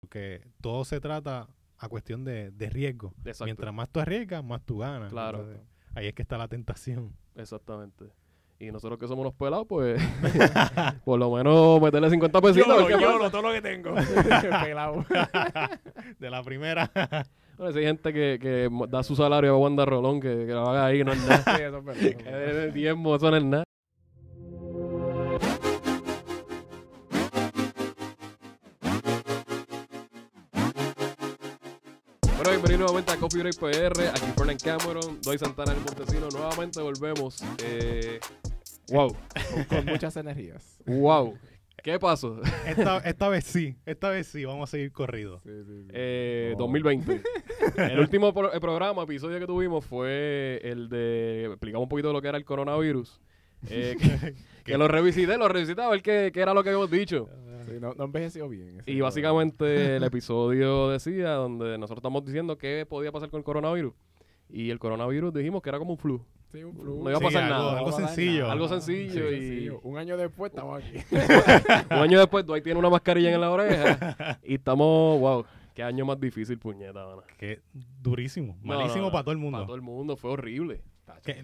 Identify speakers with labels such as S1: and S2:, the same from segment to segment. S1: Porque todo se trata a cuestión de, de riesgo.
S2: Exacto.
S1: Mientras más tú arriesgas, más tú ganas.
S2: Claro.
S1: Entonces, ahí es que está la tentación.
S2: Exactamente. Y nosotros que somos unos pelados, pues por lo menos meterle 50 pesitos. a ver qué pasa.
S3: todo lo que tengo.
S2: Pelado.
S1: De la primera.
S2: Bueno, si hay gente que, que mo- da su salario a Wanda Rolón, que, que lo haga ahí, no es nada.
S3: Sí, eso es verdad, eso es verdad.
S2: Eh, eh, diezmo, eso no es nada. Bueno, bienvenidos nuevamente a Coffee Break PR, aquí Fernan Cameron, Doy Santana del Montesino, nuevamente volvemos. Eh, wow,
S3: Con muchas energías.
S2: wow, ¿qué pasó?
S1: Esta, esta vez sí. Esta vez sí. Vamos a seguir corrido.
S3: Sí, sí, sí.
S2: Eh,
S3: Wow.
S2: 2020. El último pro- eh, programa, episodio que tuvimos fue el de. Explicamos un poquito de lo que era el coronavirus. Eh, que, que lo revisité, lo revisité a ver qué, qué era lo que habíamos dicho.
S3: Sí, no, no envejeció bien. ese
S2: Y básicamente el episodio decía donde nosotros estamos diciendo qué podía pasar con el coronavirus. Y el coronavirus dijimos que era como un flu.
S3: programa. Sí, un flu.
S2: no iba a
S1: Sí,
S2: pasar
S1: algo-
S2: nada.
S1: Algo,
S3: No va a dar
S1: sencillo.
S3: nada.
S2: Algo sencillo
S3: Sí,
S2: y-
S3: sencillo. Un año después estamos aquí.
S2: Un año después, Dwight tiene una mascarilla en la oreja. Y estamos, wow, qué año más difícil, puñeta, mano.
S1: Que durísimo.
S2: No,
S1: Malísimo
S2: no, no,
S1: para todo el mundo.
S2: Para todo el mundo, fue horrible.
S1: Que-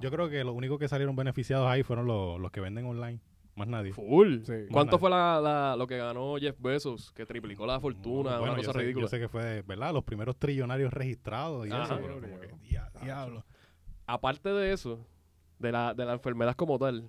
S1: Yo creo que los únicos que salieron beneficiados ahí fueron los, los que venden online. Más nadie.
S2: Full.
S3: Sí.
S1: Bueno.
S2: ¿Cuánto fue la, la- lo que ganó Jeff Bezos? Que triplicó la fortuna,
S1: Bueno,
S2: una
S1: yo
S2: cosa
S1: sé-
S2: ridícula. Ah,
S1: Yo sé que fue, ¿verdad? Los primeros trillonarios registrados y
S2: Ajá.
S1: eso. pero como que, dia- diablo.
S2: Aparte de eso, de la, de la enfermedad como tal,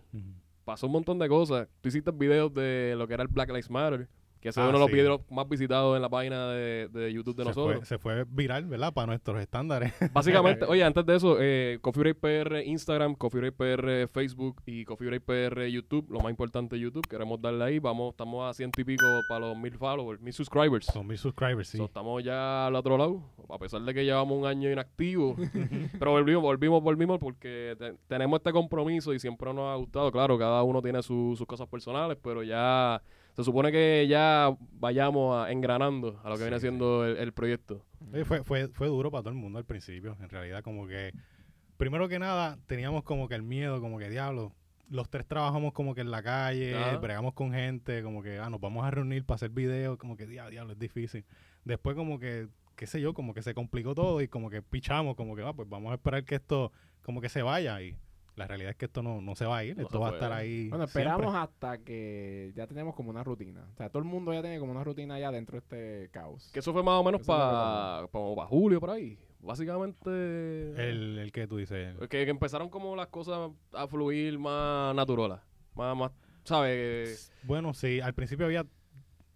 S2: pasó un montón de cosas. Tú hiciste videos de lo que era el Black Lives Matter, que ese es
S1: Ah,
S2: uno de los
S1: sí.
S2: videos más visitados en la página de, de YouTube de
S1: se, fue,
S2: nosotros.
S1: se fue viral, ¿verdad? Para nuestros estándares.
S2: Básicamente, oye, antes de eso, eh, Coffee Break PR Instagram, Coffee Break PR Facebook y Coffee Break PR YouTube, lo más importante YouTube, queremos darle ahí. Vamos, estamos a ciento y pico para los mil followers, mil subscribers.
S1: Son mil subscribers, sí.
S2: So, estamos ya al otro lado, a pesar de que llevamos un año inactivo. pero volvimos, volvimos, volvimos porque te- tenemos este compromiso y siempre nos ha gustado. Claro, cada uno tiene su- sus cosas personales, pero ya se supone que ya vayamos a- engranando a lo que
S1: Sí,
S2: viene
S1: sí.
S2: siendo el, el proyecto.
S1: Oye, Eh, fue, fue, fue duro para todo el mundo al principio. En realidad, como que, primero que nada, teníamos como que el miedo, como que diablo. Los tres trabajamos como que en la calle,
S2: Ajá.
S1: bregamos con gente, como que ah, nos vamos a reunir para hacer videos, como que "Dia- diablo, es difícil. Después, como que, qué sé yo, como que se complicó todo y como que pichamos, como que ah, pues vamos a esperar que esto como que se vaya. Y la realidad es que esto no, no se va a ir,
S2: No se
S1: esto va a
S2: fue.
S1: estar ahí.
S3: Bueno,
S1: siempre.
S3: esperamos hasta que ya tenemos como una rutina. O sea, todo el mundo ya tiene como una rutina ya dentro de este caos.
S2: Que eso fue más o menos
S3: Eso
S2: para julio, por ahí. Básicamente,
S1: El, el que tú dices.
S2: que, que empezaron como las cosas a fluir más naturales. Más, más, ¿sabes?
S1: Bueno, sí, al principio había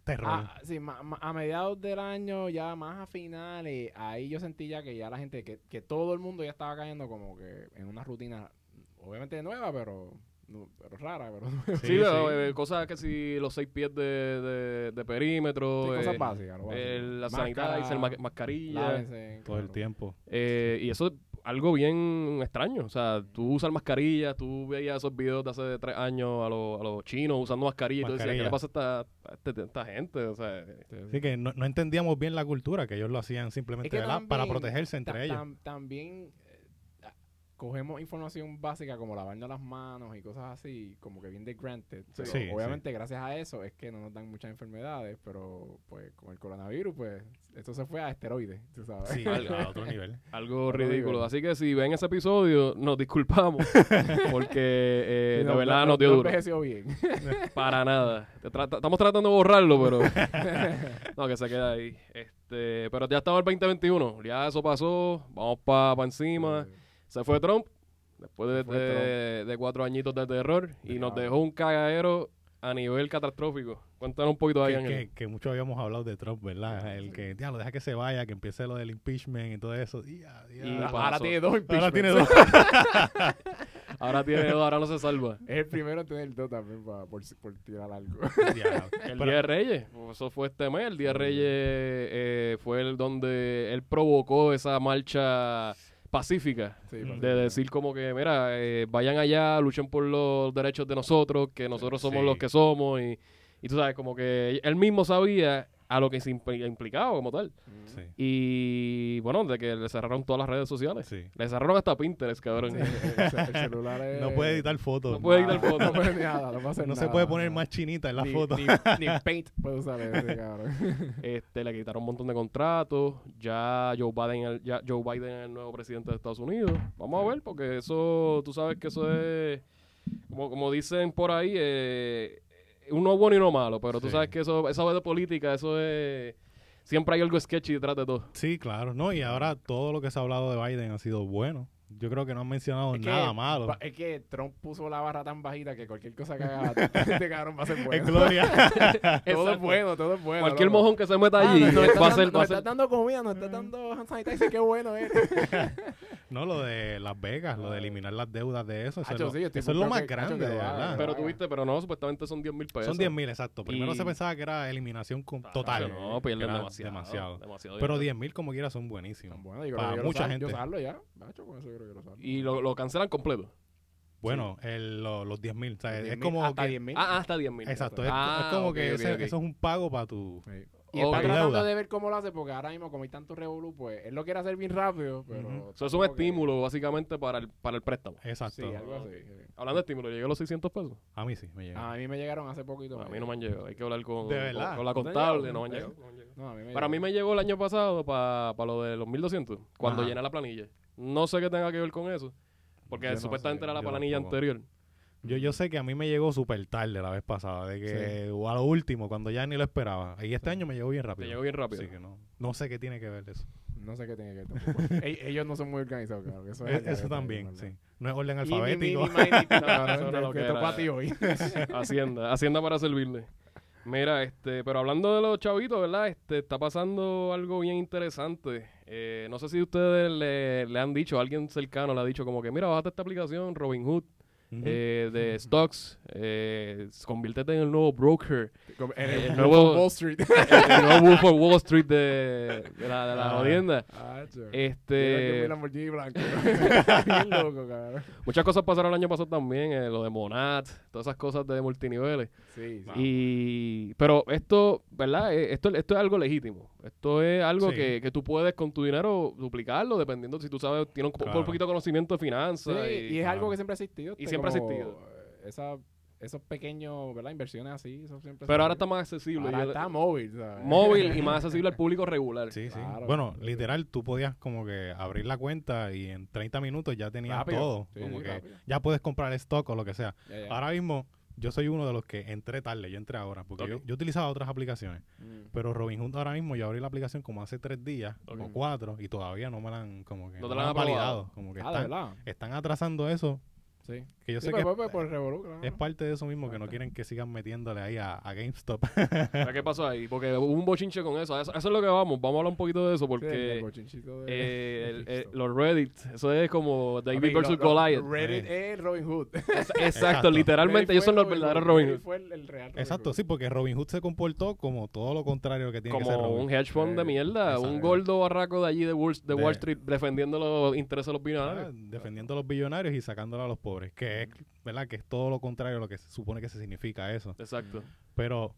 S1: terror.
S3: Ah, sí, ma- ma- a mediados del año, ya más a finales, ahí yo sentí ya que ya la gente, que, que todo el mundo ya estaba cayendo como que en una rutina, obviamente nueva, pero, no- pero rara, pero nueva.
S2: Sí, pero, eh, cosas que si los seis pies de, de, de perímetro,
S3: Sí, cosas
S2: eh,
S3: básicas. lo básico.
S2: el- la
S3: Máscara,
S2: sanitizer, ma- mascarilla,
S3: lávense,
S1: todo el
S3: claro.
S1: tiempo.
S2: eh, y eso es algo bien extraño. O sea, tú usas mascarilla, tú veías esos videos de hace tres años a, los- a los chinos usando mascarilla, y tú decías, ¿qué le
S1: Mascarilla.
S2: pasa a esta, a este- a esta gente? O sea, eh,
S3: Sí, sí.
S1: Así que no, no entendíamos bien la cultura, que ellos lo hacían simplemente
S3: Es que
S1: ¿verdad? para
S3: también
S1: protegerse entre
S3: Ta-
S1: ellos.
S3: tam- también eh, ah, cogemos información básica como lavarnos las manos y cosas así, como que bien de granted. Pero
S1: Sí,
S3: obviamente, gracias a eso es que no nos dan muchas enfermedades, pero pues con el coronavirus, pues esto se fue a esteroides, tú sabes.
S1: Sí, a a otro nivel.
S2: algo
S3: Algo
S2: ridículo.
S3: ridículo.
S2: Así que si ven ese episodio, nos disculpamos, porque eh,
S3: Sí,
S2: de
S3: no,
S2: verdad
S3: no-
S2: nos dio
S3: no
S2: duro.
S3: envejeció bien.
S2: Para nada. Te trata- estamos tratando de borrarlo, pero. no, que se queda ahí. Este, pero ya estamos el 2021. Ya eso pasó. Vamos para encima. Se fue Trump. Después de,
S3: Se fue
S2: de- de cuatro añitos de terror. Y nos
S3: Claro.
S2: dejó un cagadero a nivel catastrófico. Cuéntanos un poquito ahí,
S1: Que,
S2: Ángel.
S1: que, que mucho habíamos hablado de Trump, ¿verdad? El que, diablo, deja que se vaya, que empiece lo del impeachment y todo eso. Ya, ya.
S2: Y
S3: Ahora-
S2: pasó.
S3: ahora tiene dos
S1: Ahora
S3: impeachments.
S1: tiene dos.
S2: Ahora tiene dos, ahora no se salva.
S3: Es el primero en tener dos también pa- por, si- por tirar algo.
S1: Diablo.
S2: El
S1: Pero-
S2: Día de Reyes, eso fue este mes. El Día de Reyes eh, fue el donde él provocó esa marcha pacífica.
S3: Sí,
S1: Mm.
S2: De
S3: básicamente.
S2: decir como que, mira, eh, vayan allá, luchen por los derechos de nosotros, que nosotros somos
S1: Sí.
S2: los que somos. Y, y tú sabes, como que él mismo sabía a lo que se impli- implicaba como tal.
S3: Mm.
S1: Sí.
S2: Y bueno, de que le cerraron todas las redes sociales.
S1: Sí.
S2: Le cerraron hasta Pinterest, cabrón.
S3: Sí, el, ce- el celular es-
S1: No puede editar fotos.
S2: No puede editar
S3: Nada,
S2: fotos.
S3: No puede ni nada, no puede hacer
S1: No se
S3: nada,
S1: puede poner
S3: no.
S1: más chinita en la
S3: ni,
S1: foto.
S3: Ni, ni Paint puede usar ese, cabrón.
S2: Este, le quitaron un montón de contratos. Ya Joe Biden, el- ya Joe Biden es el nuevo presidente de Estados Unidos. Vamos a ver, porque eso, tú sabes que eso es, como, como dicen por ahí, eh, uno bueno y uno malo, pero tú
S1: Sí.
S2: sabes que eso, esa de política, eso es, siempre hay algo sketchy detrás de todo.
S1: Sí, claro, no, y ahora todo lo que se ha hablado de Biden ha sido bueno. Yo creo que no han mencionado
S3: Es que-
S1: nada malo.
S3: Pa- Es que Trump puso la barra tan bajita que cualquier cosa que haga este cabrón va a ser
S1: Es
S3: bueno.
S1: gloria.
S3: todo es
S2: Exacto.
S3: bueno, todo es bueno.
S2: Cualquier
S3: loco.
S2: mojón que se meta
S3: Ah,
S2: allí
S3: nos- nos
S2: va a
S3: estás
S2: ser,
S3: dando-
S2: va a
S3: nos
S2: ser-
S3: estás dando comida, nos estás dando hand sanitizer, qué bueno es.
S1: no, lo de Las Vegas, lo de eliminar las deudas de eso. Eso
S3: Hacho,
S1: es lo,
S3: sí, yo estoy
S1: eso es lo
S3: buscando
S1: más
S3: que-
S1: grande,
S3: hacho, que
S1: de
S3: lo haga,
S1: verdad.
S2: pero tuviste, pero no, supuestamente son 10 mil pesos.
S1: Son 10 mil, exacto. Primero
S2: Y-
S1: se pensaba que era eliminación com- total.
S2: No, pierden
S1: Era
S2: demasiado.
S1: demasiado.
S2: demasiado
S1: Pero
S2: dinero.
S1: 10 mil como quiera son buenísimos.
S3: Bueno, yo
S1: Pa'
S3: creo que yo
S1: mucha
S3: mucha gente.
S1: gente.
S3: Yo salgo ya. Macho, con eso yo creo que lo salgo.
S2: Y lo, lo cancelan completo.
S1: Bueno, el- lo- los 10 mil. es
S3: 10.000,
S1: como
S3: hasta
S1: que-
S3: 10.000.
S2: Ah, hasta 10 mil.
S1: Exacto, es,
S2: Ah,
S1: es como
S2: ok,
S1: que
S2: ok,
S1: ese-
S2: ok.
S1: eso es un pago para tu...
S3: Sí.
S2: Ok.
S3: Y está tratando
S1: Deuda.
S3: de ver cómo lo hace, porque ahora mismo, como hay tanto revolú, pues él lo quiere hacer bien rápido, pero.
S1: Ujú.
S2: Eso es un
S3: tampoco que-
S2: estímulo, básicamente, para el, para el préstamo.
S1: Exacto.
S3: Sí, algo así.
S2: Hablando de estímulo, llegué a los 600 pesos.
S1: A mí sí, me llega.
S3: A mí me llegaron hace poquito.
S2: a mí no me han llegado. Hay que hablar con,
S1: ¿De
S2: con-
S1: verdad?
S2: con la
S3: ¿No te han
S2: contable.
S3: llegado?
S2: No me han llegado.
S3: No, a mí me
S2: Para mí me llegó el año pasado para lo de los 1200, cuando
S1: Ajá.
S2: llené la planilla. No sé qué tenga que ver con eso, porque
S3: Yo no
S2: supuestamente
S3: sé,
S2: era la
S1: yo
S2: planilla
S1: tampoco.
S2: anterior.
S1: Yo, yo sé que a mí me llegó súper tarde la vez pasada, de que o a lo último, cuando ya ni lo esperaba. Y este año me llegó bien rápido.
S2: Te llegó bien rápido.
S1: Así que no, no sé qué tiene que ver eso.
S3: No sé qué tiene que ver tampoco. Ell- Ellos no son muy organizados, claro. Eso,
S1: Pues
S3: es
S1: Es- E-, eso también, sí. No es orden alfabético.
S2: eso no es lo que
S3: Te tocó
S2: era.
S3: a ti hoy.
S2: Hacienda, Hacienda para servirle. Mira, este, pero hablando de los chavitos, ¿verdad? Este, está pasando algo bien interesante. Eh, no sé si ustedes le, le han dicho, alguien cercano le ha dicho como que, mira, bájate esta aplicación, Robinhood,
S1: Ujú.
S2: eh, de stocks, eh, conviértete en el nuevo broker,
S3: Como- En
S2: Eh,
S3: el
S2: nuevo-
S3: Wall Street.
S2: el, el nuevo Wolf of Wall Street de, de la, de la
S1: Ah.
S2: jodienda.
S3: Hacho. Mira que mi
S2: Este,
S3: Lamborghini blanco. Bien loco, cabrón.
S2: muchas cosas pasaron el año pasado también, eh, lo de Monat, todas esas cosas de multiniveles.
S3: Sí, sí.
S2: Y, pero esto, ¿verdad? Eh, Esto, esto es algo legítimo. Esto es algo
S1: Sí.
S2: que, que tú puedes con tu dinero duplicarlo, dependiendo si tú sabes, tienes un, po-
S1: Claro.
S2: un poquito de conocimiento de
S3: Sí,
S2: finanzas.
S3: y
S2: y,
S3: es
S1: claro.
S3: algo que siempre ha existido.
S2: Y
S3: este,
S2: siempre ha
S3: como,
S2: existido.
S3: eh, Esa, esos pequeños, ¿verdad? Inversiones así. Eso siempre
S2: pero ahora está
S3: está
S2: más accesible.
S3: pues, Ahora
S2: y-
S3: está móvil, ¿sabes?
S2: móvil y más accesible al público regular.
S1: Sí, sí.
S3: Claro.
S1: Bueno, literal, tú podías como que abrir la cuenta y en 30 minutos ya tenías
S3: Rápido.
S1: todo.
S3: Sí,
S1: como
S3: sí,
S1: que
S3: rápido.
S1: ya puedes comprar stock o lo que sea.
S3: Ya, ya.
S1: Ahora mismo, yo soy uno de los que entré tarde, yo entré ahora, porque yo,
S2: Ok.
S1: yo utilizaba otras aplicaciones.
S3: Mm.
S1: Pero Robinhood ahora mismo, yo abrí la aplicación como hace tres días
S2: Ok.
S1: o cuatro y todavía no me la han, como que
S2: No te
S1: no
S2: la
S1: me
S2: han
S1: han
S2: aprobado.
S1: validado. Como que
S3: Ah, de
S1: están,
S3: verdad.
S1: están atrasando eso,
S3: Sí.
S1: que yo
S3: Sí,
S1: sé
S3: pues,
S1: que
S3: pues, pues, revolú, claro.
S1: es parte de eso mismo, que no quieren que sigan metiéndole ahí a, a GameStop.
S2: ¿Pero ¿Qué pasó ahí? Porque hubo un bochinche con eso. eso. eso es lo que vamos. Vamos a hablar un poquito de eso
S3: Sí, el
S2: porque
S3: bochinchito de-
S2: eh, el-
S3: de
S2: el-
S3: Cristo.
S2: los Reddit, eso es como
S3: Papi,
S2: David
S3: lo-
S2: versus
S3: lo-
S2: Goliath.
S3: Reddit
S1: Sí.
S3: es Robin Hood.
S2: Exacto,
S1: Exacto.
S2: literalmente ellos son los
S3: Reddit fue el
S2: verdaderos Robin
S3: Reddit
S2: Hood.
S3: fue el- el real Robin
S1: Exacto,
S3: Hood.
S1: sí, porque Robinhood se comportó como todo lo contrario que tiene que ser
S2: como
S1: Robin.
S2: un hedge fund de
S3: Eh,
S2: mierda, un
S1: exacto.
S2: gordo barraco de allí de Wall, de
S1: De-
S2: Wall Street defendiendo los intereses de los
S1: Ah,
S2: billonarios.
S1: defendiendo a los billonarios y sacándolo a los pobres, que es, ¿verdad? Que es todo lo contrario a lo que se supone que se significa eso.
S2: Exacto.
S1: mm. Pero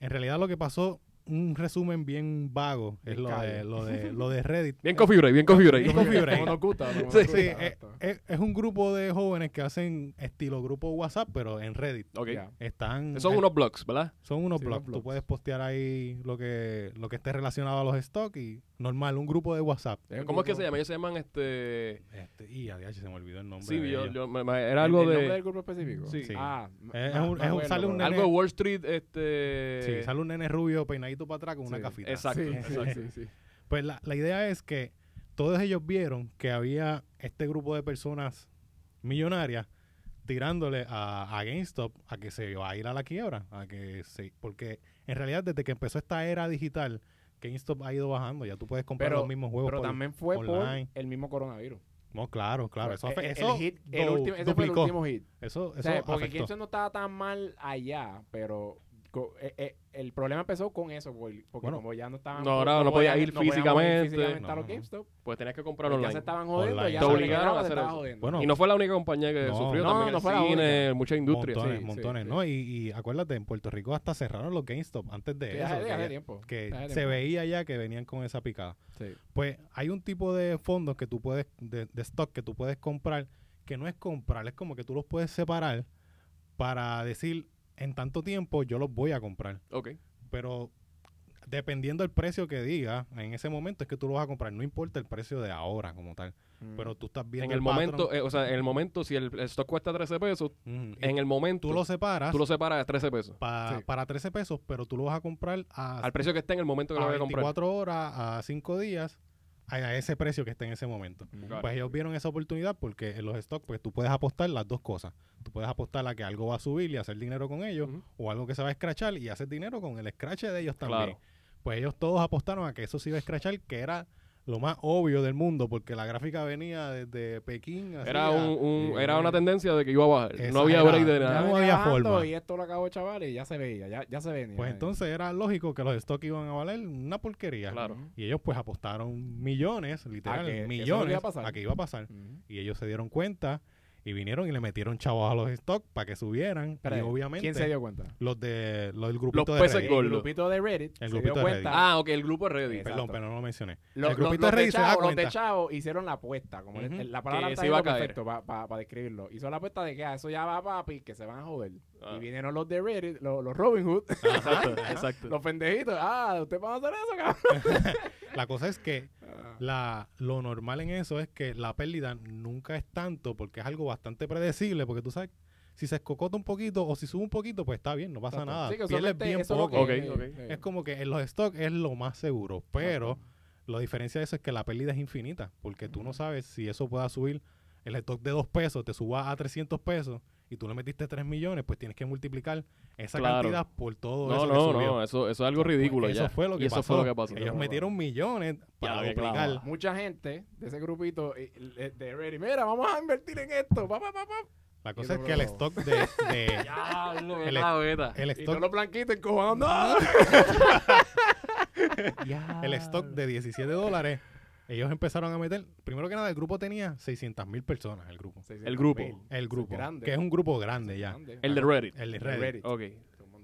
S1: en realidad lo que pasó, un resumen bien vago, es
S3: Bien
S1: lo
S3: calle.
S1: de, lo, de, lo de Reddit.
S2: Bien coffee break, bien coffee break.
S1: Bien coffee break.
S3: Como nos gusta, como nos
S1: Sí,
S3: gusta,
S1: sí, es,
S2: eh,
S3: exacto.
S1: es- es un grupo de jóvenes que hacen estilo grupo WhatsApp, pero en Reddit.
S2: Ok.
S3: Ya.
S1: Están,
S2: Esos son
S1: eh,
S2: unos blogs, ¿verdad?
S1: son unos
S3: Sí, unos
S1: blogs.
S3: blogs.
S1: Tú puedes postear ahí lo que, lo que esté relacionado a los stocks y normal, un grupo de WhatsApp.
S3: un
S2: ¿Cómo es que
S3: grupo-
S2: se llaman? Ellos se llaman este.
S1: Este, y ADH se me olvidó el nombre.
S2: Sí,
S1: de
S2: yo-
S1: ellos.
S2: yo- me- me- era
S3: ¿El-
S2: algo
S3: el nombre del
S2: de.
S3: grupo específico?
S1: Sí. Sí.
S3: Ah,
S1: Es
S3: ma-
S1: un-
S3: me
S1: es un-
S3: acuerdo,
S1: sale un
S3: pero-
S2: Algo de Wall Street, este.
S1: Sí, sale un nene rubio peinadito para atrás con una
S3: Sí.
S1: cafita.
S2: Exacto,
S3: Sí,
S2: exacto.
S3: sí, sí, sí.
S1: Pues la, la idea es que todos ellos vieron que había este grupo de personas millonarias tirándole a, a GameStop a que se va a ir a la quiebra, a que se, porque en realidad desde que empezó esta era digital, GameStop ha ido bajando, ya tú puedes comprar
S3: Pero-
S1: los mismos juegos.
S3: Pero
S1: por-
S3: también fue
S1: online.
S3: por el mismo coronavirus.
S1: No, claro, claro, eso,
S3: Fue-
S1: afe-
S3: Eh, el-
S1: eso
S3: el hit- el
S1: du-
S3: último- ese fue el
S1: duplicó,
S3: último hit.
S1: eso,
S3: O
S1: eso
S3: sea, porque
S1: afectó.
S3: Kingston no estaba tan mal allá, pero co- eh, eh, el problema empezó con eso, porque porque
S1: Bueno.
S3: como ya no estaban...
S2: No, ahora no podías
S3: podían-
S2: ir
S3: podíamos
S2: físicamente.
S1: No,
S3: a los
S1: no.
S3: GameStop,
S2: Pues tenías que comprar
S3: porque ya se
S2: online.
S3: estaban jodiendo,
S1: Online.
S3: ya
S1: Te
S3: se
S2: obligaron
S3: arreglaron,
S2: a
S3: se
S2: hacer
S3: estaba
S2: eso.
S3: jodiendo.
S1: Bueno,
S2: Y no fue la única compañía que
S1: No.
S2: sufrió
S1: No,
S2: también
S3: no
S2: el
S3: fue la
S2: cine, mucha industria.
S1: montones,
S3: sí,
S1: montones,
S3: sí,
S1: ¿no?
S3: sí.
S1: Y, y acuérdate, en Puerto Rico hasta cerraron los GameStop antes de
S3: Sí,
S1: eso.
S3: hace-
S1: que
S3: hace
S1: ya-
S3: tiempo,
S1: que
S3: hace
S1: se
S3: tiempo.
S1: veía ya que venían con esa picada.
S3: Sí.
S1: Pues hay un tipo de fondos que tú puedes, de, de stock que tú puedes comprar, que no es comprar, es como que tú los puedes separar para decir, en tanto tiempo yo los voy a comprar.
S2: Ok.
S1: Pero dependiendo del precio que diga, en ese momento es que tú los vas a comprar, no importa el precio de ahora como tal.
S3: Mm.
S1: Pero tú estás viendo
S2: En el
S1: patrón.
S2: momento, eh, o sea, en el momento, si el, el stock cuesta 13 pesos,
S1: Ujú. Y
S2: en el momento
S1: tú lo separas
S2: tú lo separas a 13 pesos.
S1: pa-
S3: Sí.
S1: para 13 pesos, pero tú lo vas a comprar a
S2: Al precio que esté en el momento que lo
S1: a
S2: voy a comprar.
S1: 24 horas, a 5 días, a, a ese precio que está en ese momento.
S3: Mm.
S2: Claro.
S1: Pues ellos vieron esa oportunidad porque en los stocks, pues tú puedes apostar las dos cosas. Tú puedes apostar a que algo va a subir y hacer dinero con ellos,
S2: Ujú.
S1: o algo que se va a escrachar y hacer dinero con el escrache de ellos también.
S2: Claro.
S1: Pues ellos todos apostaron a que eso se iba a escrachar, que era lo más obvio del mundo, porque la gráfica venía desde Pekín. así
S2: Era,
S1: a-
S2: un, un-
S1: eh,
S2: era una tendencia de que iba a bajar.
S1: Esa
S2: No había
S1: era-
S2: break de
S1: ya
S3: Ya
S2: nada.
S1: no
S3: venía
S1: había
S3: bajando
S1: forma.
S3: Y esto lo acabó, chavales, y ya se veía, ya, ya se venía.
S1: Pues
S3: ya.
S1: entonces era lógico que los stocks iban a valer una porquería.
S2: Claro.
S1: Y ellos pues apostaron millones, literal,
S3: que eso no
S1: millones
S3: iba a pasar.
S1: a que iba a pasar.
S3: Mm.
S1: Y ellos se dieron cuenta y vinieron y le metieron chavos a los stocks para que subieran.
S3: Espera,
S1: y obviamente
S3: ¿Quién se dio cuenta?
S1: los de los del grupito
S2: Los
S1: de
S2: peces
S1: Reddit.
S2: gordos.
S3: El grupito de Reddit
S1: El
S3: se
S1: grupito
S3: dio
S1: de
S3: cuenta.
S1: Reddit.
S2: Ah, ok, el grupo es ready.
S3: Exacto.
S1: Perdón, pero no lo mencioné.
S3: Los,
S1: el grupito de
S3: los- los
S1: Reddit se da
S3: techados- los
S1: cuenta.
S3: techados hicieron la apuesta, como el-
S1: Ujú.
S3: el- la palabra
S2: Que
S3: está
S2: se iba a
S3: ahí
S2: caer.
S3: perfecto para describirlo. Hizo la apuesta de que ah, eso ya va papi, que se van a joder.
S2: Ah.
S3: Y vinieron los de Reddit, los, los Robin Hood,
S2: Exacto, exacto.
S3: los pendejitos. Ah, ustedes van a hacer eso,
S1: La cosa es que
S3: cabrón.
S1: la, lo normal en eso es que la pérdida nunca es tanto porque es algo bastante predecible porque tú sabes si se escocota un poquito o si sube un poquito pues está bien, no pasa nada.
S3: Sí, que
S1: Pierdes
S3: solamente
S1: bien
S3: eso es lo
S1: poco.
S2: Ok,
S3: que-
S2: ok.
S3: eh,
S1: Es como que en los stocks es lo más seguro, pero la diferencia de eso es que la pérdida es infinita, porque tú no sabes si eso pueda subir el stock de 2 pesos, te suba a 300 pesos y tú le metiste 3 millones, pues tienes que multiplicar esa
S2: Claro.
S1: cantidad por todo
S2: No,
S1: eso que
S2: no,
S1: subió.
S2: no, eso, eso es algo ridículo
S1: Eso
S2: ya.
S1: fue lo que
S2: y eso
S1: pasó.
S2: fue lo que pasó.
S1: Ellos metieron millones para
S2: que
S1: duplicar.
S2: clava.
S3: Mucha gente de ese grupito eh, eh, de Reddit, mira, vamos a invertir en esto. Pa, pa, pa, pa.
S1: La cosa es
S3: Yo
S1: que el
S3: creo-
S1: stock de... de-
S2: Ya,
S1: El-
S2: la beta.
S1: el
S3: Y todos
S1: stock,
S3: los blanquitos encojados. ¡No!
S1: el stock de 17 dólares, ellos empezaron a meter... Primero que nada, el grupo tenía 600 mil personas, el grupo.
S2: El grupo.
S1: El grupo,
S3: grande.
S1: que es un grupo grande ya. Ah,
S2: El de Reddit.
S1: El de
S3: Reddit.
S1: Reddit.
S2: Ok.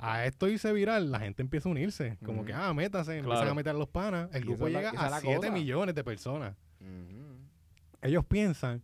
S1: a esto hice viral, la gente empieza a unirse. Como
S3: Ujú.
S1: que, ah, métase, empiezan
S2: Claro.
S1: a meter a los panas. El
S3: Y
S1: grupo
S3: esa es
S1: llega
S3: la- esa es
S1: a
S3: la
S1: 7
S3: cosa.
S1: millones de personas.
S2: eh.
S3: Ujú.
S1: Ellos piensan,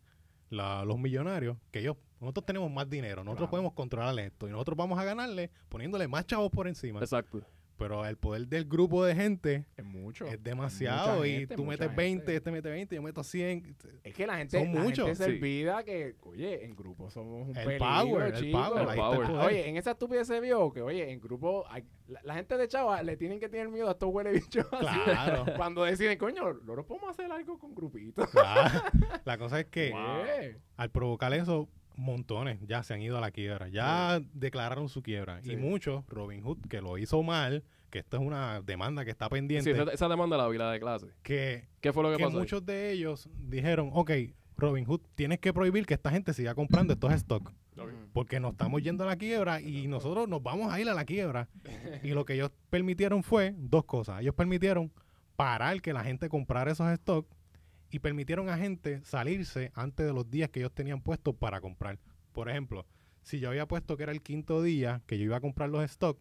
S1: la- los millonarios, que ellos, nosotros tenemos más dinero, nosotros
S3: Claro.
S1: podemos controlar esto y nosotros vamos a ganarle poniéndole más chavos por encima.
S2: Exacto.
S1: Pero el poder del grupo de gente
S3: Es mucho.
S1: es demasiado
S3: mucha
S1: y
S3: gente,
S1: tú
S3: mucha
S1: metes
S3: gente.
S1: 20, este mete 20, yo meto 100.
S3: Es que la gente,
S1: Son
S3: la
S1: muchos.
S3: gente se
S2: Sí.
S3: olvida que, oye, en grupo somos un
S1: El
S3: peligro,
S1: power, el
S3: chico.
S1: power, ahí está el
S2: Power.
S1: poder.
S3: Oye, en esa estupidez se vio que, oye, en grupo, hay- la, la gente de Chava le tienen que tener miedo a estos huele bichos así.
S1: claro,
S3: Cuando deciden, coño, nosotros podemos hacer algo con grupitos.
S1: claro. La cosa es que
S2: Wow.
S3: Eh,
S1: al provocar eso, montones ya se han ido a la quiebra, ya declararon su quiebra.
S3: Sí.
S1: Y muchos, Robin Hood, que lo hizo mal, que esta es una demanda que está
S2: Sí,
S1: pendiente,
S2: esa, esa demanda la vi, la de clase.
S1: que,
S2: ¿Qué fue lo que,
S1: que
S2: pasó? ahí?
S1: muchos de ellos dijeron, ok, Robin Hood, tienes que prohibir que esta gente siga comprando estos stocks,
S2: Ok.
S1: porque nos estamos yendo a la quiebra y nosotros nos vamos a ir a la quiebra. Y lo que ellos permitieron fue dos cosas. Ellos permitieron parar que la gente comprara esos stocks y permitieron a gente salirse antes de los días que ellos tenían puestos para comprar. Por ejemplo, si yo había puesto que era el quinto día que yo iba a comprar los stocks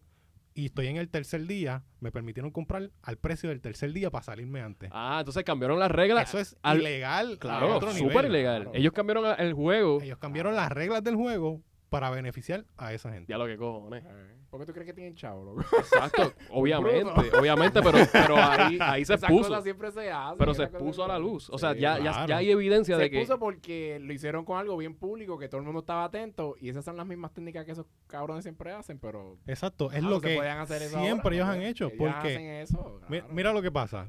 S1: y estoy en el tercer día, me permitieron comprar al precio del tercer día para salirme antes.
S2: Ah, entonces cambiaron las reglas.
S1: Eso es
S2: al-
S1: ilegal. a
S2: Claro,
S1: otro
S2: súper
S1: nivel.
S2: ilegal.
S3: Claro.
S2: Ellos cambiaron a- el juego.
S1: Ellos cambiaron las reglas del juego para beneficiar a esa gente.
S2: Ya lo que cojones.
S3: eh, ¿Por qué tú crees que tienen chavo, loco?
S2: Exacto, obviamente, obviamente, pero, pero ahí, ahí se
S3: Esas
S2: expuso.
S3: cosas siempre se hacen.
S2: Pero se
S3: esas cosas
S2: expuso a la
S3: siempre-
S2: luz. O sea,
S3: Sí.
S2: ya, ya,
S1: claro.
S2: ya hay evidencia
S3: se
S2: de que.
S3: puso porque lo hicieron con algo bien público, que todo el mundo estaba atento, y esas son las mismas técnicas que esos cabrones siempre hacen, pero...
S1: Exacto, es
S3: ah,
S1: lo
S3: no se
S1: que
S3: podían hacer eso
S1: siempre
S3: ahora,
S1: ellos
S3: ¿no?
S1: han hecho.
S3: Ellos
S1: Porque
S3: hacen eso,
S1: Mi-
S3: claro.
S1: Mira lo que pasa.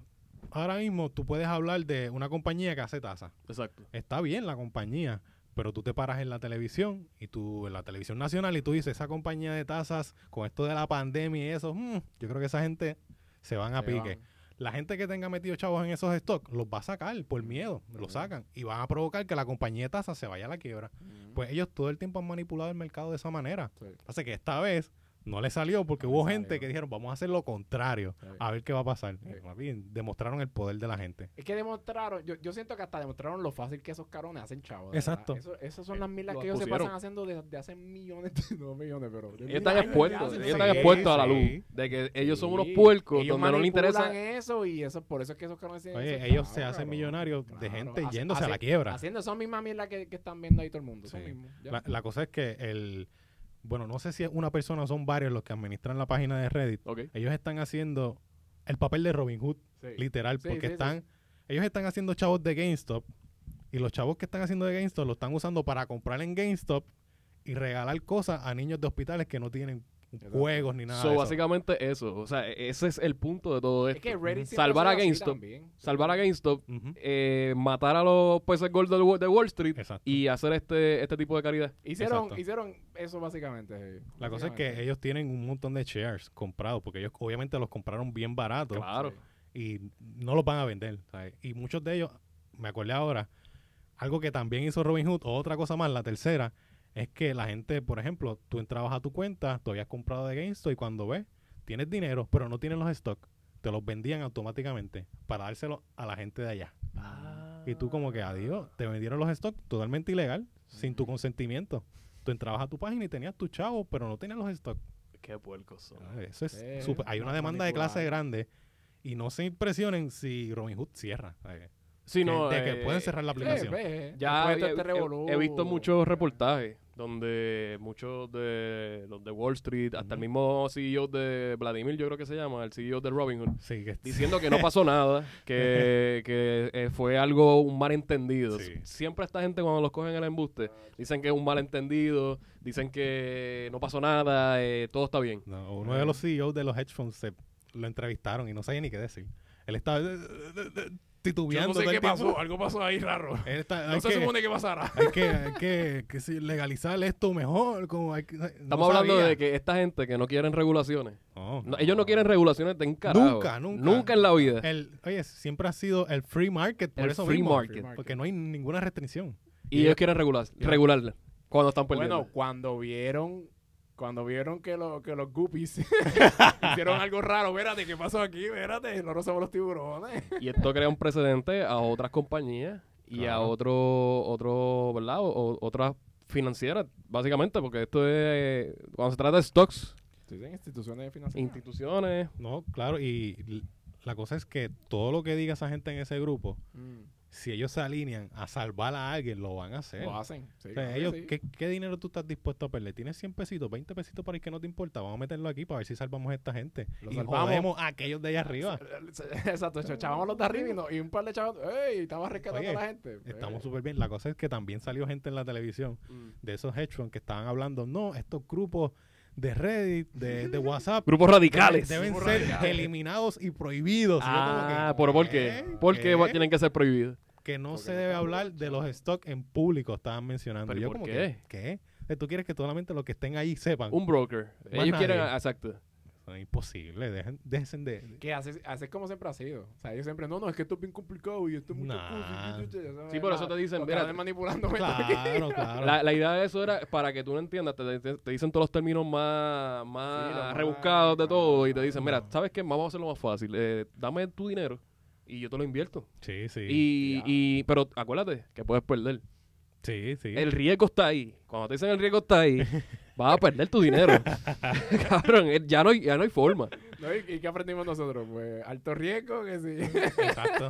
S1: Ahora mismo tú puedes hablar de una compañía que hace tasa.
S2: Exacto.
S1: Está bien la compañía, pero tú te paras en la televisión y tú en la televisión nacional y tú dices, esa compañía de tasas con esto de la pandemia y eso, mm, yo creo que esa gente se van a
S3: Se
S1: pique.
S3: van.
S1: La gente que tenga metido chavos en esos stocks los va a sacar por
S3: Mm,
S1: miedo,
S3: Ujú.
S1: los sacan y van a provocar que la compañía de tasas se vaya a la quiebra.
S3: Mm.
S1: Pues ellos todo el tiempo han manipulado el mercado de esa manera.
S3: Sí.
S1: Así que esta vez No le salió porque
S3: No le
S1: hubo
S3: salió.
S1: gente que dijeron, vamos a hacer lo contrario,
S3: Sí.
S1: a ver qué va a pasar.
S3: Sí.
S1: Y, papi, demostraron el poder de la gente.
S3: Es que demostraron, yo, yo siento que hasta demostraron lo fácil que esos carones hacen chavos. de verdad.
S1: Exacto.
S3: Eso- esas son
S2: Eh,
S3: las milas
S2: lo
S3: que ellos se
S2: pusieron.
S3: pasan haciendo desde hace millones, de- no millones, pero. desde
S2: Ellos están
S3: años
S2: expuestos,
S3: ya hacen
S2: ellos
S1: sí,
S2: están
S3: eso.
S2: expuestos a la
S1: sí.
S2: luz. De que ellos son unos
S3: Sí.
S2: puercos
S3: Ellos
S2: donde no les interesa.
S3: manipulan eso y eso, por eso es que esos carones tienen
S1: Oye,
S3: eso,
S1: ellos se
S3: cabrón,
S1: hacen
S3: cabrón.
S1: millonarios de
S3: Claro,
S1: gente
S3: hace-
S1: yéndose a la
S3: hace-
S1: quiebra.
S3: Haciendo esa misma mierda que, que están viendo ahí todo el mundo. eso
S1: Sí.
S3: mismo, ya.
S1: La, la cosa es que el... Bueno, no sé si es una persona o son varios los que administran la página de Reddit.
S3: e-
S2: Ok.
S1: Ellos están haciendo el papel de Robin Hood,
S3: Sí.
S1: literal,
S3: Sí,
S1: porque
S3: sí, sí.
S1: están... Ellos están haciendo chavos de GameStop y los chavos que están haciendo de GameStop lo están usando para comprar en GameStop y regalar cosas a niños de hospitales que no tienen
S3: Exacto.
S1: juegos ni nada
S2: So,
S1: de eso.
S2: básicamente eso. O sea, e- ese es el punto de todo
S3: Es
S2: esto.
S3: que Reddit siempre
S2: Salvar
S3: ha
S2: a
S3: sido así
S2: GameStop.
S3: también.
S2: Salvar a GameStop,
S1: Ujú.
S2: eh, matar a los peces gold de Wall- de Wall
S3: Eh.
S2: Street
S1: Exacto.
S2: y hacer este, este tipo de caridad.
S3: Hicieron,
S1: Exacto.
S3: hicieron eso básicamente. sí.
S1: La cosa es
S3: Básicamente.
S1: que ellos tienen un montón de shares comprados, porque ellos obviamente los compraron bien baratos
S2: Claro.
S1: y no los van a vender. ¿sabes? Y muchos de ellos, me acordé ahora, algo que también hizo Robin Hood, o otra cosa más, la tercera, es que la gente, por ejemplo, tú entrabas a tu cuenta, tú habías comprado de GameStop y cuando ves, tienes dinero, pero no tienes los stocks, te los vendían automáticamente para dárselos a la gente de allá. Y tú como que, adiós, te vendieron los stocks totalmente ilegal, sin tu consentimiento. Tú entrabas a tu página y tenías tu chavo, pero no tenías los stocks.
S2: Qué puercos son.
S1: Ah, Eso es
S3: Sí,
S1: súper- Hay
S3: una
S1: una demanda de clase
S3: manipulada.
S1: grande y no se impresionen si Robin Hood cierra. ¿sabes?
S2: Sí, no,
S1: que, de que
S2: eh,
S1: pueden cerrar la
S3: Sí,
S1: aplicación.
S3: ve,
S2: Ya
S3: después de
S2: he,
S3: este
S2: he-
S3: revolú-
S2: he visto muchos reportajes donde muchos de los de Wall Street, hasta el
S1: Ujú.
S2: mismo CEO de Vladimir, yo creo que se llama, el CEO de Robin Hood,
S1: Sí, que-
S2: diciendo que no pasó nada, que, que, eh, fue algo, un malentendido.
S1: Sí.
S2: Siempre esta gente cuando los cogen en el embuste, dicen que es un malentendido, dicen que no pasó nada, eh, todo está bien.
S1: No, uno de los CEOs de los hedge funds se lo entrevistaron y no sabía ni qué decir. Él estaba eh, eh, eh, titubeando. todo el tiempo.
S2: algo pasó ahí raro.
S1: Él está- hay, que,
S2: que pasará.
S1: hay que, hay que- que si legalizar esto mejor. Como hay que- no
S2: Estamos hablando
S1: sabía. Oh,
S2: de que esta gente que no quieren regulaciones,
S1: No.
S2: No, ellos no quieren regulaciones de un carajo.
S1: Nunca, nunca. Eh,
S2: Nunca en la vida.
S1: El- oye, siempre ha sido el free market, por
S2: El
S1: eso
S2: free
S1: mismo,
S2: market.
S1: Porque no hay ninguna restricción.
S2: y ellos quieren regular,
S1: Ya.
S2: regularla cuando están perdiendo.
S3: Bueno, cuando vieron. Cuando vieron que, lo- que los guppies hicieron algo raro, espérate, ¿qué pasó aquí? Espérate, no somos los tiburones.
S2: y esto crea un precedente a otras compañías y a
S1: Claro.
S2: otro, otro ¿verdad? O- o- otras financieras, básicamente, porque esto es, cuando se trata de stocks,
S3: Dicen instituciones financieras.
S2: instituciones,
S1: No, claro, y l- la cosa es que todo lo que diga esa gente en ese grupo,
S3: Mm.
S1: si ellos se alinean a salvar a alguien, lo van a hacer.
S3: Lo hacen. Sí,
S1: O sea,
S3: claro que
S1: ellos,
S3: sí.
S1: ¿qué, qué dinero tú estás dispuesto a perder? ¿Tienes 100 pesitos, 20 pesitos para el que no te importa? Vamos a meterlo aquí para ver si salvamos a esta gente.
S3: Lo
S1: y
S3: salvamos.
S1: jodemos a aquellos de allá arriba.
S3: Exacto, echábamos los de arriba y, no- y un par de chavos. ¡Ey! Estamos rescatando
S1: Oye,
S3: a la gente.
S1: Estamos súper bien. La cosa es que también salió gente en la televisión de esos hedge funds que estaban hablando, no, estos grupos de Reddit, de, de WhatsApp,
S2: grupos
S1: deben,
S2: radicales.
S1: deben ser eliminados y prohibidos. Y yo como que,
S2: ah, ¿por, por qué?
S1: ¿qué?
S2: ¿Por qué va-
S1: ¿Qué?
S2: tienen que ser prohibidos?
S1: que no
S3: Porque
S1: se
S3: no
S1: debe
S3: están
S1: hablar de los stocks en público, estaban mencionando.
S2: ¿Pero
S1: Y yo
S2: por
S1: como
S2: qué?
S1: que, ¿qué? O sea, ¿Tú quieres que solamente los que estén ahí sepan?
S2: Un broker.
S1: Más
S2: ellos quieren,
S1: nadie.
S2: exacto.
S1: Eso es imposible, dejen, déjense de...
S3: Que haces, haces como siempre ha sido. O sea, ellos siempre, no, no, es que esto es bien complicado y esto es mucho
S1: Nah.
S2: Sí, por eso te dicen, mira,
S3: Están manipulando.
S1: Claro, claro.
S2: La, la idea de eso era para que tú no entiendas, te, te- te dicen todos los términos más, más
S3: Sí, los más-
S2: rebuscados de todo y te dicen, mira,
S1: No.
S2: ¿sabes qué? Vamos a hacerlo más fácil. eh, dame tu dinero y yo te lo invierto.
S1: Sí, sí.
S2: Y,
S3: Ya.
S2: y- pero acuérdate que puedes perder.
S1: sí, sí.
S2: El riesgo está ahí. Cuando te dicen el riesgo está ahí, vas a perder tu dinero. Cabrón, eh, ya no, hay- ya no hay forma.
S3: ¿No? ¿Y, y qué aprendimos nosotros? Pues alto riesgo, que sí.
S1: Exacto.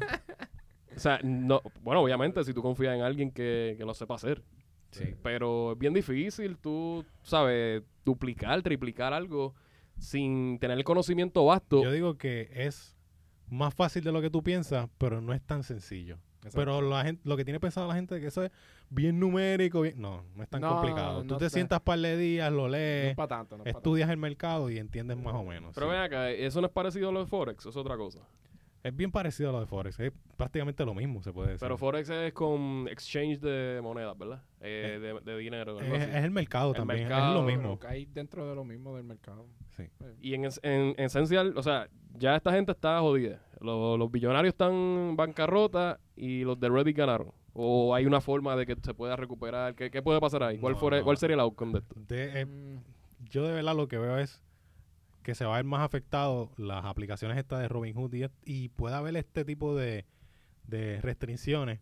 S2: O sea, no, bueno, obviamente si tú confías en alguien que, que lo sepa hacer.
S1: Sí.
S2: Pero es bien difícil tú, sabes, duplicar, triplicar algo sin tener el conocimiento vasto.
S1: Yo digo que es más fácil de lo que tú piensas, pero no es tan sencillo. Pero la gente, lo que tiene pensado la gente es que eso es bien numérico, bien- no, no es tan
S3: No,
S1: complicado.
S3: no
S1: tú te
S3: está-
S1: sientas par de días, lo
S3: No
S1: lees,
S3: es para tanto, no es pa'
S1: estudias el mercado y entiendes más o menos.
S2: Pero
S1: sí.
S2: ven acá, eso no es parecido a lo de Forex, eso es otra cosa.
S1: Es bien parecido a lo de Forex, es prácticamente lo mismo, se puede decir.
S2: Pero Forex es con exchange de monedas, ¿verdad? Eh, de, de dinero. algo
S1: es,
S2: así.
S1: es el mercado
S2: El
S1: también, es
S2: mercado,
S1: lo
S3: tanto.
S1: mismo.
S3: Pero cae dentro de lo mismo del mercado.
S1: Sí.
S2: Y en, es- en en esencial, o sea, ya esta gente está jodida. Los, los billonarios están en bancarrota y los de Reddit ganaron. ¿O hay una forma de que se pueda recuperar? ¿Qué, qué puede pasar ahí? ¿Cuál,
S1: No,
S2: fuera-
S1: no.
S2: ¿Cuál sería el outcome de esto?
S1: De- eh,
S3: Mm,
S1: yo de verdad lo que veo es que se va a ver más afectado las aplicaciones estas de Robinhood y, y puede haber este tipo de, de restricciones,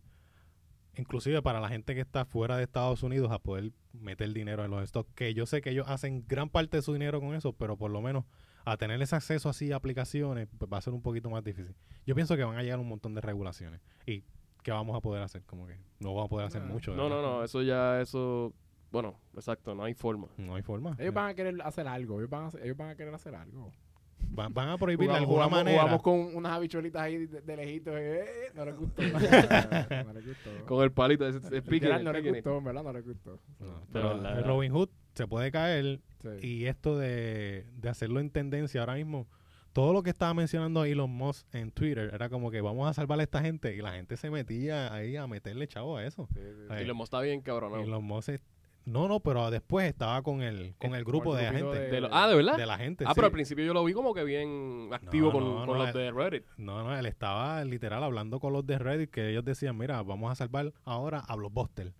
S1: inclusive para la gente que está fuera de Estados Unidos a poder meter dinero en los stocks, que yo sé que ellos hacen gran parte de su dinero con eso, pero por lo menos a tener ese acceso así a aplicaciones pues, va a ser un poquito más difícil. Yo pienso que van a llegar un montón de regulaciones y que vamos a poder hacer, como que no vamos a poder hacer
S3: No.
S1: mucho.
S2: Ah. No, no,
S1: ¿verdad?
S2: no, eso ya, eso, bueno, exacto, no hay forma.
S1: No hay forma.
S3: Ellos van a querer hacer algo, ellos van a, hacer- ellos van a querer hacer algo.
S1: Van, van a prohibir de
S3: Jugamos-
S1: alguna
S3: jugamos-
S1: manera.
S3: jugamos con unas habichuelitas ahí de, de lejitos. eh, eh, no les gustó. no les gustó.
S2: Con el palito, ese, ese picking,
S3: Literal,
S2: el
S3: no les
S2: picking.
S3: gustó, en verdad, no les gustó.
S1: No,
S2: De
S1: pero
S2: verdad.
S1: el Robin Hood se puede caer
S3: Sí.
S1: y esto de, de hacerlo en tendencia ahora mismo, todo lo que estaba mencionando Elon Musk en Twitter era como que vamos a salvar a esta gente y la gente se metía ahí a meterle chavo a eso.
S3: Sí, sí, sí.
S1: Ay,
S2: Y lo mostraba bien cabronado.
S1: Elon Musk, es- no, no, pero después estaba con el, con el grupo
S3: Con
S1: de
S3: el
S1: la
S3: grupito
S1: gente.
S2: De lo- ah, ¿de verdad?
S1: De la gente.
S2: ah, pero
S1: sí.
S2: al principio yo lo vi como que bien activo
S1: No,
S2: con,
S1: no,
S2: con
S1: no, eh,
S2: los de Reddit.
S1: No, no, él estaba literal hablando con los de Reddit que ellos decían, mira, vamos a salvar ahora a Blockbuster.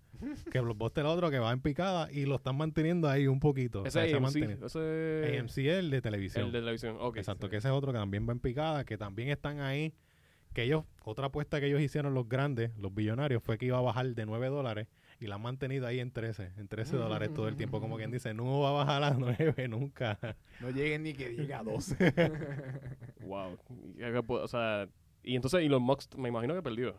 S1: que Blockbuster es otro que va en picada y lo están manteniendo ahí un poquito. O sea,
S2: Ese
S1: se ha
S2: AMC,
S1: mantenido.
S2: ese...
S1: AMC es el de televisión.
S2: El de televisión, ok.
S1: Exacto, que ese es otro que también va en picada, que también están ahí. Que ellos, otra apuesta que ellos hicieron los grandes, los billonarios, fue que iba a bajar de 9 dólares y la han mantenido ahí en 13, en 13 dólares todo el tiempo. Como quien dice, no va a bajar a 9 nunca.
S3: No lleguen ni que llegue a 12.
S2: Wow. Y, acá po- o sea, y entonces Elon Musk me imagino que perdió.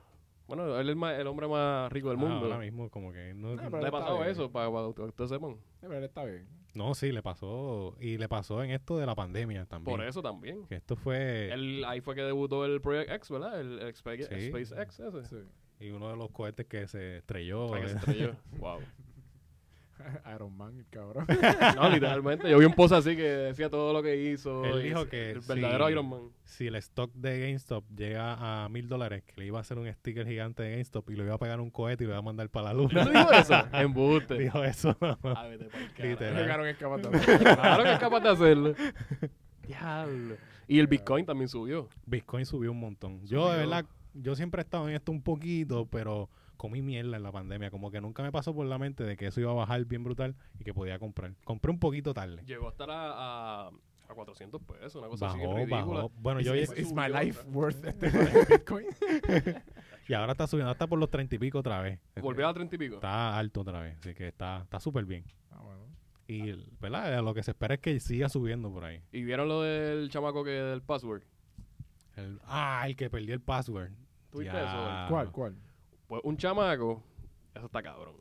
S2: Bueno, él es el, ma- el hombre más rico del
S1: Ah,
S2: mundo. Ah,
S1: ahora mismo, como que no,
S3: No,
S2: Le
S3: Pero
S2: ha pasado
S3: está bien.
S2: eso para, para que ustedes sepan.
S3: Pero está bien.
S1: No, sí, le pasó. Y le pasó en esto de la pandemia también.
S2: Por eso también.
S1: Que esto fue.
S2: Él- ahí fue que debutó el Project X, ¿verdad? El, el Space,
S1: Sí.
S2: SpaceX ese.
S3: Sí.
S1: Y uno de los cohetes que se estrelló.
S2: Para que se
S1: eh,
S2: estrelló. wow.
S3: Iron Man, el cabrón.
S2: No, literalmente. Yo vi un post así que decía todo lo que hizo.
S1: Él
S2: y
S1: dijo
S2: es-
S1: que
S2: El verdadero
S1: sí.
S2: Iron Man.
S1: si el stock de GameStop llega a mil dólares, que le iba a hacer un sticker gigante de GameStop y lo iba a pegar un cohete y lo iba a mandar para la
S2: ¿No te
S1: luna.
S2: dijo eso? Embuste.
S1: Dijo eso.
S2: Ah, vete pa'l carajo.
S1: Literal.
S3: Llegaron escapando.
S2: Claro que es capaz de hacerlo. Diablo. Y el Bitcoin también subió.
S1: Bitcoin subió un montón. Yo, de
S2: Subió.
S1: verdad, yo siempre he estado en esto un poquito, pero comí mierda en la pandemia. Como que nunca me pasó por la mente de que eso iba a bajar bien brutal y que podía comprar. Compré un poquito tarde.
S2: Llegó a estar a, a, a 400 pesos, una cosa así bien
S1: Bajó,
S2: ridícula.
S1: bajó. Bueno, yo
S3: Is,
S1: llegué-
S3: is my life worth este Bitcoin?
S1: Y ahora está subiendo hasta por los treinta y pico otra vez.
S2: Volvió a 30 y pico.
S1: Está alto otra vez, así que está está súper bien.
S3: Ah, bueno.
S1: Y ¿verdad? Eh, lo que se espera es que siga subiendo por ahí.
S2: Y vieron lo del chamaco que del password.
S1: El- ah, el que perdió el password.
S2: ¿Tú viste
S1: Ya.
S2: eso?
S3: ¿Cuál, cuál?
S2: Pues un chamaco, eso está cabrón.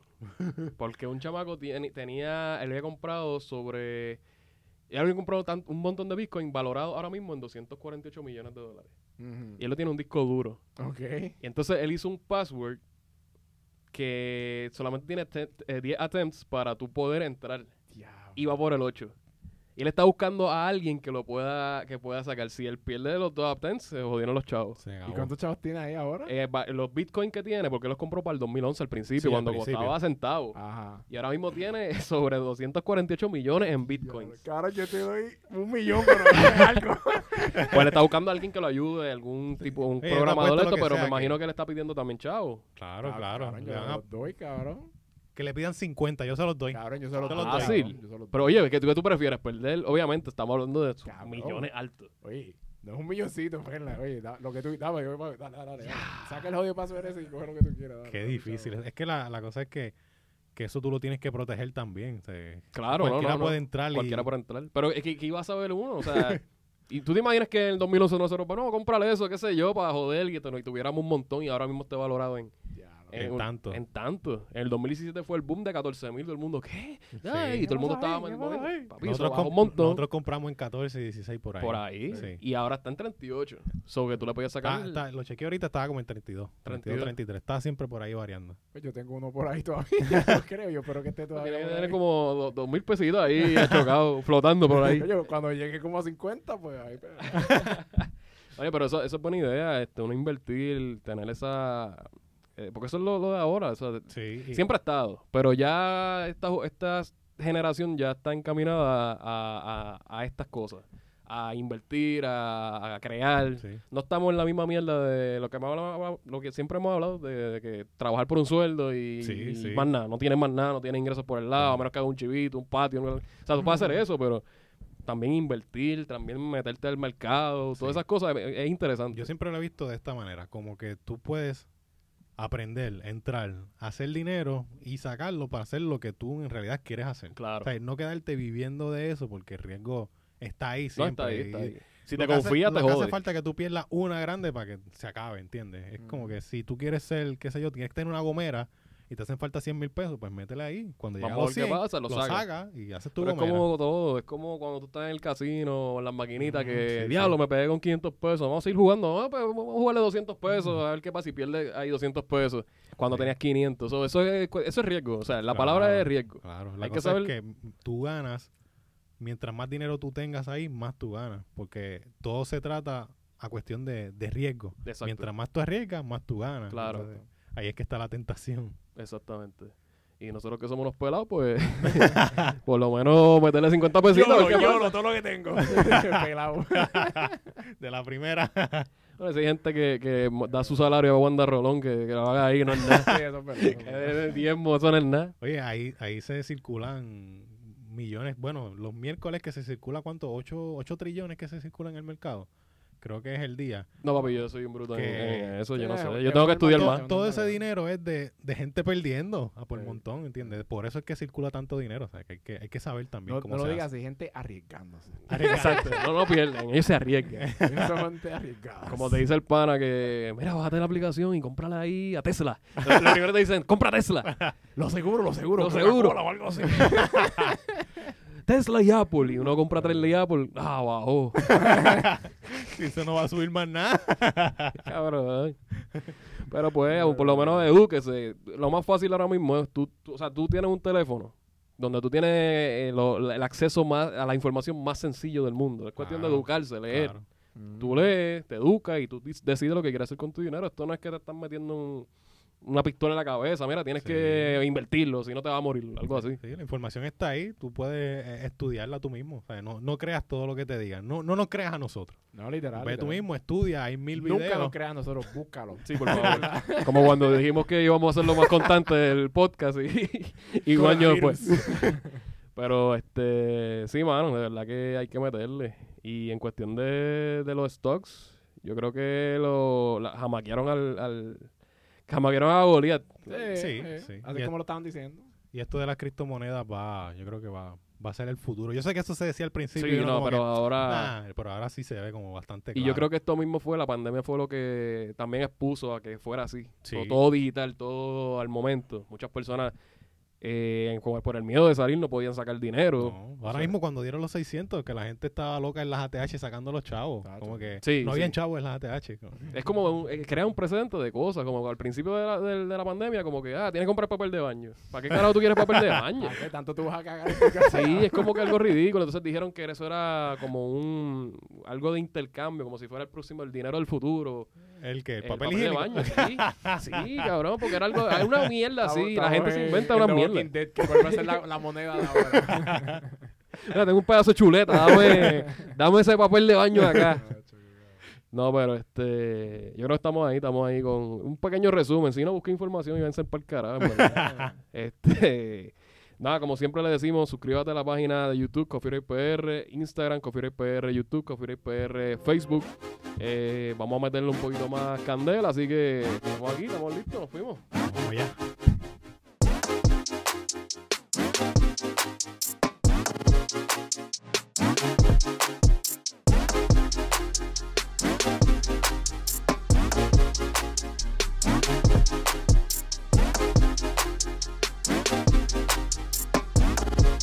S2: Porque un chamaco tiene- tenía, él había comprado sobre, él había comprado tan- un montón de Bitcoin valorado ahora mismo en 248 millones de dólares. Y él lo tiene en un disco duro.
S3: Ok.
S2: Y entonces él hizo un password que solamente tiene te- eh, 10 attempts para tú poder entrar.
S3: Diablo.
S2: Y va por el 8. Y él está buscando a alguien que lo pueda, que pueda sacar. Si él pierde los dos attempts, se jodieron los chavos.
S1: Se acabó.
S3: ¿Y cuántos chavos tiene ahí ahora?
S2: Eh, va- los bitcoins que tiene, porque los compró para el 2011 al principio,
S1: Sí, al
S2: cuando
S1: principio. Ah.
S2: costaba centavos.
S3: Ajá.
S2: Y ahora mismo tiene sobre 248 millones en
S3: Bitcoin.
S2: bitcoins.
S3: Claro, yo te doy un millón, pero es algo.
S2: Pues le está buscando a alguien que lo ayude, algún tipo, un
S1: Sí, él
S2: programador
S1: apuesta
S2: de
S1: lo
S2: esto,
S1: que
S2: pero
S1: sea
S2: me
S1: que-
S2: imagino que le está pidiendo también chavo.
S1: Claro, claro.
S3: Ah, Cabrón, yo
S1: Le van
S3: se
S1: a-
S3: los doy, cabrón.
S1: que le pidan 50, yo se los doy.
S3: Cabrón, yo se los
S1: Te
S3: doy.
S1: los
S2: doy.
S3: cabrón,
S2: Fácil.
S3: yo se los doy.
S2: Pero oye, ¿qué tú, qué tú prefieres? Perder, obviamente, estamos hablando de sus
S3: Cabrón.
S2: millones altos.
S3: Oye, no es un milloncito, Ferla. Oye, da- lo que tú... Dame, yo- dale, dale, dale. Saca el jodido paso ese y coge lo que tú quieras. dale,
S1: Qué
S3: dale,
S1: difícil.
S3: cabrón.
S1: Es que la, la cosa es que, que eso tú lo tienes que proteger también. o sea,
S2: Claro, no,
S1: cualquiera
S2: no, no.
S1: puede entrar y-
S2: Cualquiera por entrar. Pero es que, que iba a saber uno, o sea... Y tú te imaginas que en el 2011 nosotros, bueno, comprarle eso, qué sé yo, para joder, y, te- y tuviéramos un montón y ahora mismo esté valorado en...
S3: Diablo.
S1: En
S2: un-
S1: tanto.
S2: En tanto. En el 2017 fue el boom de 14 mil, todo el mundo, ¿qué? Ay, y todo el mundo
S3: ¿Qué pasó
S2: estaba...
S3: ahí? ¿Qué
S2: bueno,
S3: pasó ahí?
S2: papi, eso
S1: nosotros,
S2: bajó
S1: com-
S2: un montón.
S1: nosotros compramos en 14 y 16 por ahí.
S2: por ahí.
S1: Sí.
S2: Y ahora está en 38. So que tú le podías sacar...
S1: Está- está- lo chequeé ahorita, estaba como en 32. 32,
S2: 32.
S1: 33. Está siempre por ahí variando.
S3: Pues yo tengo uno por ahí todavía. no creo, yo espero que esté todavía.
S2: Tiene que
S3: por
S2: tener
S3: ahí.
S2: como do- dos mil pesitos ahí chocado, flotando por ahí.
S3: Oye, cuando llegue como a 50, pues ahí. pero-
S2: Oye, pero eso, eso es buena idea, este, uno invertir, tener esa... eh, porque eso es lo, lo de ahora, o sea,
S1: Sí. y-
S2: siempre ha estado, pero ya esta, ju- esta generación ya está encaminada a, a- a estas cosas, a invertir, a, a crear.
S1: sí.
S2: No estamos en la misma mierda de lo que, hemos hablado- lo que siempre hemos hablado, de, de que trabajar por un sueldo y,
S1: Sí,
S2: y
S1: sí.
S2: más nada, no tienes más nada, no tienes ingresos por el lado, a
S1: Ujú.
S2: menos que haga un chivito, un patio. un- O sea, tú puedes hacer eso, pero también invertir, también meterte al mercado, todas
S1: Sí.
S2: esas cosas es, es interesante.
S1: Yo siempre lo he visto de esta manera, como que tú puedes aprender, entrar, hacer dinero y sacarlo para hacer lo que tú en realidad quieres hacer.
S2: Claro.
S1: O sea, no quedarte viviendo de eso porque el riesgo está ahí
S2: No,
S1: siempre.
S2: está ahí, está
S1: y-
S2: ahí. Si
S1: lo
S2: te
S1: que hace-
S2: confías,
S1: lo
S2: te
S1: que
S2: jodes.
S1: hace falta que tú pierdas una grande para que se acabe, ¿entiendes? Es como
S3: Ujú.
S1: que si tú quieres ser, qué sé yo, tienes que tener una gomera y te hacen falta 100 mil pesos, pues métele ahí. Cuando llega a
S2: Vamos a ver
S1: los
S2: qué
S1: 100,
S2: pasa,
S1: lo
S2: lo sacas.
S1: sacas y haces tu
S2: Pero es
S1: gomera.
S2: como todo, es como cuando tú estás en el casino o en las maquinitas
S1: Ujú,
S2: que,
S1: Ah, sí,
S2: diablo,
S1: sí.
S2: me pegué con 500 pesos, vamos a ir jugando, ah, pues, vamos a jugarle 200 pesos, a ver qué pasa si pierdes ahí 200 pesos cuando
S1: Sí. Ah.
S2: tenías 500. So, eso, es, eso es riesgo, o sea, la
S1: Claro.
S2: palabra es riesgo.
S1: Claro, la
S2: Hay que
S1: cosa
S2: saber-
S1: es que tú ganas, mientras más dinero tú tengas ahí, más tú ganas, porque todo se trata a cuestión de, de riesgo.
S2: Exacto.
S1: Mientras más tú arriesgas, más tú ganas.
S2: Claro.
S1: ahí es que está la tentación.
S2: Exactamente. Y nosotros que somos unos pelados, pues por lo menos meterle 50 pesitos. a ver qué pasa.
S3: todo lo que tengo. pues, Pelado.
S1: De la primera.
S2: Bueno, si hay gente que, que mo- da su salario a Wanda Rolón, que, que lo haga ahí, no es nada.
S3: Sí, eso es verdad, eso es
S2: Que
S3: verdad.
S2: de diezmo, eso no es nada.
S1: Oye, ahí, ahí se circulan millones, bueno, los miércoles que se circula, ¿cuánto? 8, trillones que se circulan en el mercado. Creo que es el día.
S2: No, papi, yo soy un bruto en,
S1: Que-
S2: en eso, yo no
S3: Sí,
S2: sé.
S3: que
S2: Yo tengo que
S3: vuelva
S2: estudiar
S1: Todo,
S2: más.
S3: Yo no
S1: todo
S3: me
S1: ese
S3: veo.
S1: dinero es de, de gente perdiendo a por
S2: Sí.
S1: montón, ¿entiendes? Por eso es que circula tanto dinero. O sea, que hay que, hay que saber también
S3: No,
S1: cómo
S3: no lo
S1: se
S3: digas
S1: hace.
S3: así, gente arriesgándose.
S2: Exacto, no lo pierden, ellos se arriesgan.
S3: Eso es gente arriesgada.
S2: Como te dice el pana que, mira, bájate la aplicación y cómprala ahí a Tesla. Entonces, lo primero te dicen, compra Tesla.
S3: Lo seguro, lo seguro.
S2: Lo seguro.
S3: Coca-Cola o algo así.
S2: Tesla y Apple. Y uno compra Tesla y Apple. Ah, bajó.
S1: Si eso no va a subir más nada.
S2: Cabrón. Pero pues, por lo menos edúquese. Lo más fácil ahora mismo es, tú, tú- o sea, tú tienes un teléfono donde tú tienes eh, lo- la- el acceso más a la información más sencillo del mundo. Es cuestión de
S1: Claro,
S2: educarse, leer.
S1: Claro.
S3: Mm.
S2: Tú lees, te educas y tú dis- decides lo que quieres hacer con tu dinero. Esto no es que te están metiendo un- una pistola en la cabeza. Mira, tienes
S1: Sí.
S2: que invertirlo, si no te va a morir, algo así.
S1: Sí, la información está ahí, tú puedes eh, estudiarla tú mismo. O sea, no, no creas todo lo que te digan. No, no nos creas a nosotros.
S3: No, literal.
S1: Ve tú
S3: literal.
S1: mismo, estudia, hay mil videos.
S3: Nunca lo creas nosotros, búscalo.
S2: Sí, por favor. Como cuando dijimos que íbamos a hacerlo más constante el podcast y, y un año después. Pero, este, sí, mano, de verdad que hay que meterle. Y en cuestión de, de los stocks, yo creo que lo la- jamaquearon al, al jamaquearon a Goliat.
S1: Sí,
S3: eh,
S1: sí.
S3: Así
S1: Y
S3: como lo estaban diciendo.
S1: Y esto de las criptomonedas va, yo creo que va, va a ser el futuro. Yo sé que eso se decía al
S2: Sí,
S1: principio. y uno
S2: no,
S1: como
S2: pero
S1: que,
S2: ahora...
S1: "Nah", pero ahora sí se ve como bastante
S2: Y yo creo que esto mismo fue, la pandemia fue lo que también expuso a que fuera así.
S1: Sí.
S2: Todo, todo digital, todo al momento. Muchas personas, eh, en- como por el miedo de salir, no podían sacar dinero.
S1: Ahora
S2: sea-
S1: mismo cuando dieron los 600, que la gente estaba loca en las ATH sacando los chavos.
S3: Tacho.
S1: Como que
S2: Sí,
S1: no
S2: sí.
S1: habían chavos en las ATH. como-
S2: Es como un- eh, crea un precedente de cosas, como al principio de la, de- de la pandemia, como que, ah, tienes que comprar papel de baño. ¿Para qué carajo tú quieres papel de baño?
S3: ¿A qué tanto tú vas a cagar en tu casa?
S2: Sí, es como que algo ridículo. Entonces dijeron que eso era como un algo de intercambio, como si fuera el próximo, el dinero del futuro.
S1: El que, el,
S2: El
S1: papel, higiénico.
S2: de baño. Sí, sí, cabrón, porque era algo, era una mierda
S3: Estamos-
S2: así. La
S3: estamos
S2: gente se
S3: en-
S2: inventa
S3: en
S2: una
S3: The
S2: mierda.
S3: Walking Dead, que vuelve a ser la, la moneda de ahora.
S2: Mira, tengo un pedazo de chuleta, dame, dame ese papel de baño de acá. No, pero este, yo creo que estamos ahí, estamos ahí con un pequeño resumen. Si no busqué información, iban a ser para el carajo. en verdad. este, nada, como siempre le decimos, suscríbete a la página de YouTube, Coffee PR, Instagram, Coffee PR, YouTube, Coffee PR, Facebook. Eh, vamos a meterle un poquito más candela, así que estamos aquí, estamos listos, nos fuimos.
S1: Vamos allá.